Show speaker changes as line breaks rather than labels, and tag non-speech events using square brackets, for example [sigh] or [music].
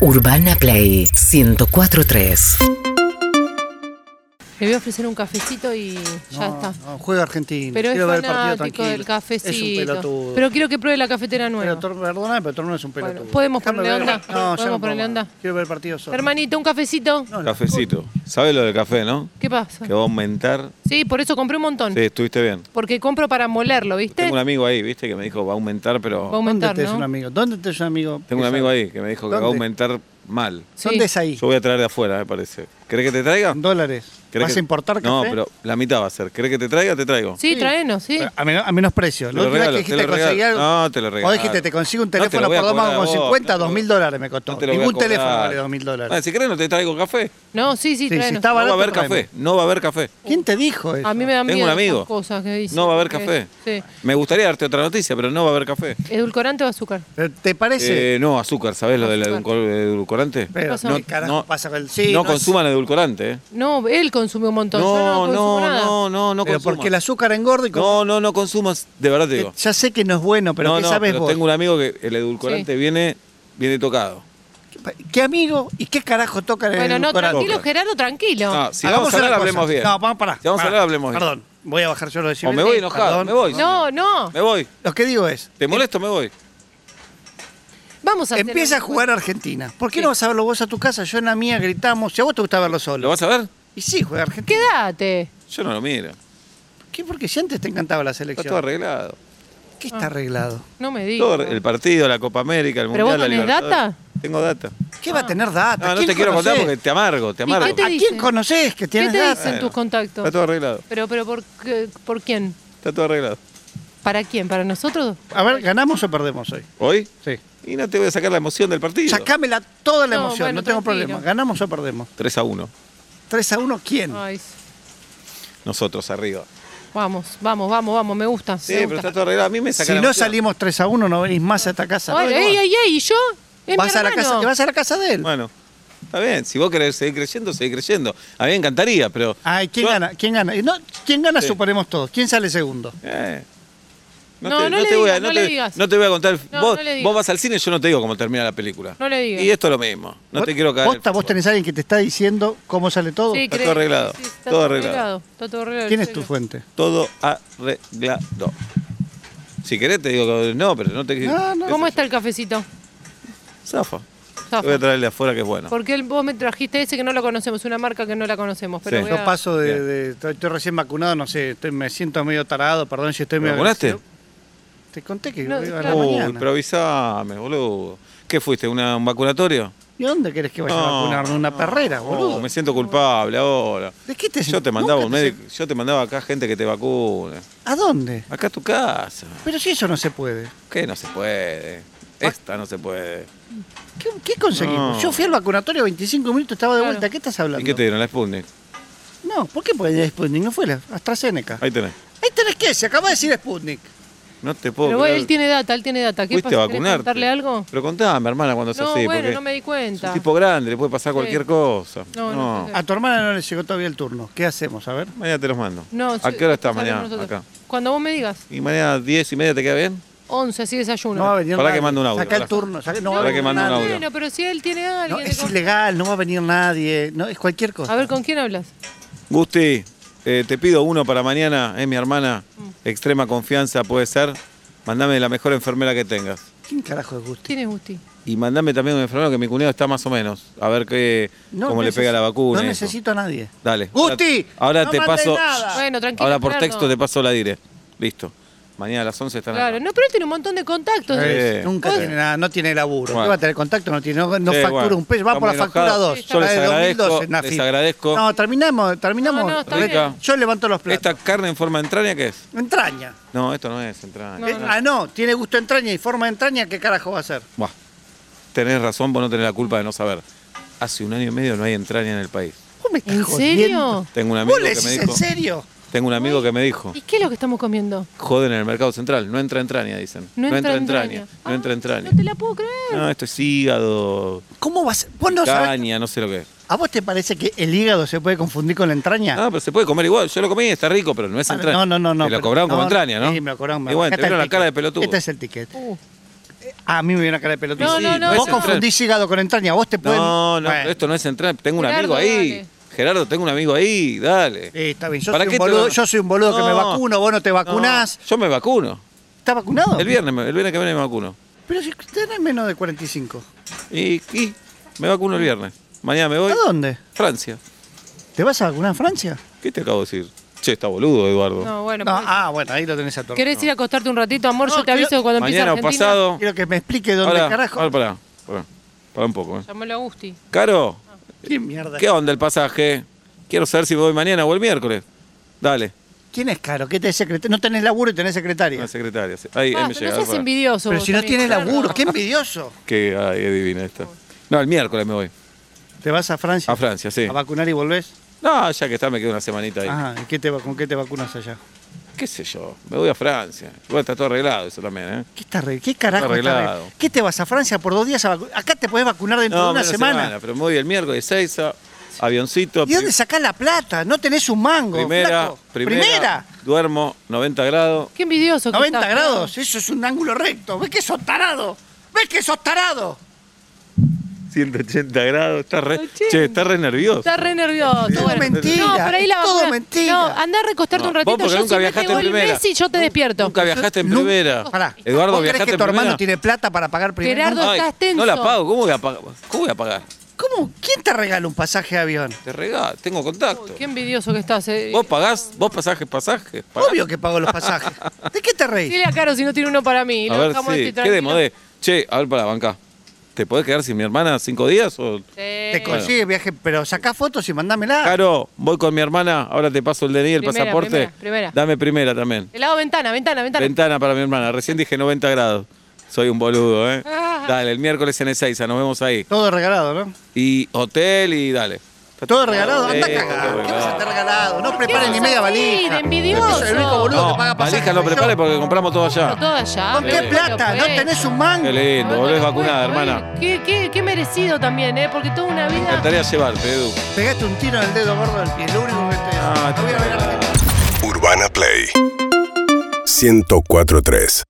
Urbana Play 1043.
Le voy a ofrecer un cafecito y ya
No,
está.
no, juega Argentina.
Pero
quiero
es
ver el partido
fanático
tranquilo.
del cafecito.
Es un pelotudo.
Pero quiero que pruebe la cafetera
Pero
nueva.
Tor- perdóname, pero Torno es un pelotudo.
¿podemos
Déjame
ponerle
ver-
onda?
No, ya
¿Podemos
no
ponerle
puedo
onda?
más. Quiero ver el partido solo.
Hermanito, un cafecito.
No, no.
Cafecito. ¿Sabes lo del café, no?
¿Qué pasa?
Que va a aumentar.
Sí, por eso compré un montón.
Sí, estuviste bien.
Porque compro para molerlo, ¿viste?
Tengo un amigo ahí, viste, que me dijo va a aumentar,
Va a
pero.
aumentar,
¿Dónde te es un
¿no?
amigo? ¿Dónde te es un amigo?
Tengo un
Esa-
amigo ahí que me dijo que va a
¿Dónde?
aumentar mal.
Sí.
¿Dónde es ahí?
Yo voy a traer de afuera, me parece. ¿Crees que te traiga?
Dólares.
¿Querés
¿Vas
que-
a importar café?
No, pero la mitad va a ser. ¿Crees que te traiga? Te traigo.
Sí, traenos, sí.
A menos, a menos precio.
Te
La
lo
última vez
regalo,
que
te
dijiste
lo regalo.
conseguir algo-
No, te lo regalo.
Vos dijiste, te consigo un
No te lo
teléfono
voy a
por dos más
cobrar a
con
vos,
50,
no te lo-
dos mil dólares me
No
costó.
te lo voy a
Ningún teléfono
cobrar.
vale dos mil
Ah,
dólares.
si querés no te traigo café.
No, sí, sí,
Sí,
traenos.
si está
No va a
barato,
haber
tráeme.
café. No va a haber café.
¿Quién te dijo eso?
A mí me dan
Tengo
miedo
un amigo.
esas cosas que dicen.
No va a haber
porque-
café. Me gustaría darte otra noticia, pero no va a haber café.
Sí. ¿Edulcorante o azúcar?
Pero, ¿Te parece?
Eh, no, azúcar, ¿sabés lo del
Azúcar.
edulcor- edulcorante?
Pero,
pasa?
¿qué
No-
carajo
no-
pasa con el sí?
no
es-
consuman edulcorante, ¿eh?
No, él consume un montón. Yo no, consumo
no,
nada.
no, no, no
Pero
consumas.
porque el azúcar engorda y con-
No, no, no consumas, de verdad te digo.
Ya sé que no es bueno, pero
no,
¿qué
no,
sabes
pero
vos?
tengo un amigo que el edulcorante viene, viene tocado.
¿Qué amigo y qué carajo toca en el
Bueno, no,
edulcorante?
tranquilo, Gerardo, tranquilo.
No, si
Hagamos
vamos a hablar,
una cosa.
hablemos bien.
No, vamos, pará.
Si vamos a
pará.
hablar, hablemos bien.
Perdón, voy a bajar yo lo de
O
Silvio.
me voy
Sí,
enojado,
perdón.
me voy.
No, no.
Me voy.
Lo que digo es,
¿Te molesto? Me voy.
Vamos a hacer
empieza a
un-
jugar Argentina. ¿Por qué
Sí.
no vas a verlo vos a tu casa? Yo en la mía gritamos. Si a vos te gusta verlo
¿Lo
solo.
vas a ver?
Y sí, juega Argentina.
Quédate.
Yo no lo miro. Está
¿Qué? Porque si antes te encantaba la
todo
selección.
arreglado.
¿Qué
Ah.
está arreglado?
No me
Todo
digas.
arre- el partido, la Copa América, el
¿Pero
Mundial,
vos
la
tenés
Libertadores.
data?
Tengo data.
¿Qué va a tener data?
No, no
¿Quién
te quiero contar
conocés?
porque te amargo, te amargo.
Ah. qué te
¿A
dicen?
quién conoces que
¿Qué
tienes
te
data?
dicen tus contactos?
Está todo arreglado.
Pero, pero ¿por, qué- ¿por quién?
Está todo arreglado.
¿Para quién? ¿Para nosotros?
A ver, ¿ganamos o perdemos hoy?
¿Hoy?
Sí.
Y no te voy a sacar la emoción del partido.
Sacámela toda la
No,
emoción,
bueno,
no tengo
tranquilo.
problema. ¿Ganamos o perdemos?
3 a 1.
3 a 1, ¿quién?
Ay,
Nosotros arriba.
vamos, vamos, vamos, vamos, me gusta.
Sí,
me
pero
gusta.
está todo arreglado. A mí me saca
Si
la
no
emoción.
salimos 3 a 1, no venís más a esta casa.
Ay,
No,
ey,
no.
ey, ey, ¿y yo? Es
vas
mi
a la
hermano.
casa, te vas a la casa de él.
Bueno, está bien. Si vos querés seguir creyendo, seguir creyendo. A mí me encantaría, pero.
Ah.
Ay, ¿quién
yo-
gana? ¿Quién gana? Y No, ¿Quién gana
Sí.
suponemos todos? ¿Quién sale segundo?
Eh.
No, no le
voy a-
digas, no
te-
le digas.
no te voy a contar. el-
No,
vos,
no le digas.
vos vas al cine, yo no te digo cómo termina la película.
No le digas.
Y esto es lo mismo. No
Vos-
te quiero caer. el
posta, vos
fútbol.
tenés a alguien que te está diciendo cómo sale todo.
Sí,
Está
creo-
todo arreglado,
sí, está
todo
todo
arreglado.
arreglado. Está todo arreglado.
¿Quién
en
es tu
serio.
fuente?
Todo arreglado. Si querés, te digo que no, pero no te
No, no.
qué
¿Cómo
sé
está el cafecito?
yo. Zafa.
Zafa.
Te voy a traerle afuera que es bueno.
Porque él- vos me trajiste ese que no lo conocemos, una marca que no la conocemos. Pero
Sí.
voy
Yo
a-
paso de,
Bien.
de- estoy, estoy recién vacunado, no sé, estoy- me siento medio tarado, perdón si estoy
¿Me
medio...
vacunaste?
agresivo. Te conté que
No,
iba a la
claro.
Uy,
mañana.
pero avisame, boludo. ¿Qué fuiste? ¿Una- ¿Un vacunatorio?
¿Y dónde querés que vaya a vacunarme? Una perrera,
no,
boludo.
me siento culpable ahora.
¿De qué te
Yo te mandaba
nunca
un
te
médico, yo te mandaba acá gente que te vacune.
sent- ¿A dónde?
Acá a tu casa.
Pero si eso no se puede.
Que no se puede. Esta no se puede.
¿Qué, qué conseguimos?
No.
Yo fui al vacunatorio 25 minutos, estaba de
Claro.
vuelta. ¿Qué estás hablando?
¿Y qué te dieron? La Sputnik.
No, ¿por qué ponés Sputnik? No fue la AstraZeneca.
Ahí tenés.
Ahí tenés que, se acaba de decir Sputnik.
No te puedo
Pero vos-
creer.
él tiene data, él tiene data. ¿Qué
¿Fuiste
pasa?
a
¿Querés
vacunarte?
contarle algo?
Pero contame, hermana, cuando
No,
sos así.
bueno,
porque
no me di
Es
cuenta.
un tipo grande, le puede pasar cualquier cosa.
No,
No,
no sé.
A tu hermana no le llegó todavía el turno. ¿Qué hacemos? A ver.
Mañana te los mando.
No,
¿A qué hora estás
salimos
mañana?
nosotros.
Acá.
Cuando vos me digas.
¿Y mañana a 10 y media te queda bien?
11, así desayuno.
No va a venir
Pará
nadie.
que mando un audio,
Sacá el
pará.
turno. sacá- no va a
Pará
venir
que mando un
nadie.
audio.
Bueno, pero si él tiene a alguien.
No,
de
es
con-
ilegal, no va a venir nadie. No, es cualquier cosa.
a ver, ¿con quién hablas?
Gusti, eh, te pido uno para mañana, es mi hermana.
Mm.
Extrema confianza puede ser. Mandame la mejor enfermera que tengas.
¿Quién carajo es Gusti?
¿Quién es Gusti?
Y mandame también un enfermero que mi cuñado está más o menos. A ver qué,
No
cómo le
necesito-
pega la vacuna.
No
y eso.
necesito a nadie.
Dale.
¡Gusti!
Ahora, ahora
¡No
te
mandes
paso.
nada!
Bueno, tranquilo,
Ahora por
Gerardo.
texto te paso la dire. Listo. Mañana a las 11 están
Claro,
acá.
no, pero él tiene un montón de contactos.
Eh,
Sí. Nunca
Vos-
tiene nada, no tiene laburo.
Bueno.
¿Qué va a tener contacto? No, tiene, no, no
Sí,
factura
bueno.
un peso. Va
Está
por la
muy
factura
enojado.
2.
Yo les agradezco, les agradezco.
No, terminamos. terminamos
No, no, está
Rica. bien.
Yo levanto los platos.
¿Esta carne en forma de entraña qué es?
Entraña.
No, esto no es entraña.
No,
Eh,
no.
Ah, no, tiene gusto entraña y forma de entraña. ¿Qué carajo va a ser?
Buah. Tenés razón, vos no tenés la culpa de no saber. Hace un año y medio no hay entraña en el país.
¿Vos me estás
¿En
jodiendo?
serio?
Tengo un amigo
¿Vos le
que me
decís
dijo.
en serio?
Tengo un amigo que me dijo.
¿Y qué es lo que estamos comiendo?
Joden en el mercado central, no entra entraña, dicen. No, entra entraña. No
Ah,
entra entraña.
No te la puedo creer.
No, esto es hígado,
¿Cómo vas? ¿Vos no sabés-
caña, no sé lo que es.
¿A vos te parece que el hígado se puede confundir con la entraña?
Ah, pero se puede comer igual. Yo lo comí, está rico, pero no es
Para-
entraña.
No, no, no. no
Te lo
pero-
cobraron como
no,
entraña, ¿no?
Sí, me lo cobraron. Este me-
Y bueno,
acá
te
está
vieron
el
la cara de
ticket.
pelotudo.
Este es el ticket.
Uh,
a mí me viene una cara de pelotudo.
No,
Y sí,
no, no.
es
Vos
entrar.
confundís hígado con entraña, vos te pueden...
No, no,
Bueno.
esto no es entrar. Tengo un
Gerardo,
amigo ahí.
dale.
Gerardo, tengo un amigo ahí, dale.
Eh, está bien, yo
¿Para
soy,
qué
un
te
boludo,
van a-
yo soy un boludo que me
No.
vacuno, vos no te vacunás.
No, yo me vacuno.
¿Estás vacunado?
El viernes, me- el viernes que viene me vacuno.
Pero si tenés menos de 45.
Y, y me vacuno el viernes. Mañana me voy.
¿A dónde?
Francia.
¿Te vas a vacunar a Francia?
¿Qué te acabo de decir? Che, está boludo, Eduardo.
No, bueno.
No,
pues,
ah, bueno, ahí lo tenés a tu
¿Querés ir a acostarte un ratito, amor?
No,
Yo te
quiero-
aviso cuando empiece
Mañana o
Argentina.
pasado.
Quiero que me explique dónde
Ahora,
carajo.
ahora, pará, pará, pará un poco. eh.
Llámalo a Gusti.
Caro,
¿Qué mierda?
¿qué onda el pasaje? Quiero saber si voy mañana o el miércoles. Dale,
¿Quién es caro? ¿Qué te secretaria? No tenés laburo y tenés secretaria.
la secretaria. sí. Ahí, ahí
Ah,
me
pero
llega.
no seas
pará.
envidioso.
Pero
vos
si no
también,
tienes
Gerardo.
laburo, qué envidioso.
Que ay, es divina esta. No, el miércoles me voy.
¿Te vas a Francia?
A Francia, sí.
¿A vacunar y volvés?
No, ya que está, me quedo una semanita ahí.
Ajá, ¿y qué te, va- ¿con qué te vacunas allá?
¿Qué sé yo? Me voy a Francia. Igual está todo arreglado eso también, ¿eh?
¿Qué, está re- qué carajo
Está
está re-
arreglado.
¿Qué te vas a Francia por dos días a vacunar? Acá te podés vacunar dentro de una
menos
semana.
Pero me voy el miércoles, seis, avioncito.
¿Y dónde sacás la plata? No tenés un mango.
primera,
flaco.
primera, Duermo, 90 grados.
Qué envidioso. que
90
estás,
grados. Eso es un ángulo recto. ¿Ves que sos tarado? ¿Ves que sos tarado?
180 grados. Está re,
80.
che, está re nervioso.
Está re nervioso.
Todo
bueno.
mentira,
No, pero ahí la
es todo
vacuna-
mentira.
No, andá a recostarte
No,
un ratito.
vos porque
yo
nunca
si
viajaste
mete
en
gol
primera.
Messi, yo te despierto.
Nunca viajaste en
Nunca-
primera.
Pará.
Eduardo,
¿Vos crees
viajaste
que
en
tu hermano
primera.
tiene plata para pagar primero?
Gerardo,
Ay,
estás tenso.
No la pago. ¿Cómo voy a pagar? ¿Cómo voy a pagar?
¿Cómo? ¿Quién te regaló un pasaje de avión?
Te regalo, tengo contacto.
Qué envidioso que estás. eh.
¿Vos pagás? ¿Vos pasaje, pasaje? ¿Pagás?
Obvio que pago los
[laughs]
pasajes. ¿De qué te reís?
Dile a Caro si no tiene uno para mí.
A
lo
ver,
dejamos
sí,
este
qué
tranquilo.
demodé. Che, a ver, para, banca. ¿Te podés quedar sin mi hermana cinco días? O...
Sí.
Te consigue viaje, pero sacá fotos y mandámela.
Caro, voy con mi hermana, ahora te paso el DNI y el
Primera,
pasaporte.
primera, primera.
Dame primera también.
El lado ventana, ventana, ventana.
Ventana para mi hermana. Recién dije 90 grados. Soy un boludo, ¿eh?
Ah.
Dale, el miércoles en Ezeiza, nos vemos ahí.
Todo regalado, ¿no?
Y hotel y dale. Está
Todo regalado. Anda a
Sí,
cagar.
todo
¿Qué vas a
regalado.
estar regalado? No prepares
sos
ni media
así,
valija.
de envidioso?
Yo soy el único boludo
No,
que paga pasajes.
valija no prepare porque compramos todo allá.
Todo allá.
¿Con qué
pero-
plata?
pero-
No tenés un mango.
Qué lindo, volvés vacunada, hermana.
Qué, qué, qué merecido también, ¿eh? Porque toda una
Me
vida.
encantaría llevarte, Edu.
Pegaste un tiro en el dedo gordo del pie. Lo único que te.
Ah,
No voy a ver a la gente.
Urbana Play 1043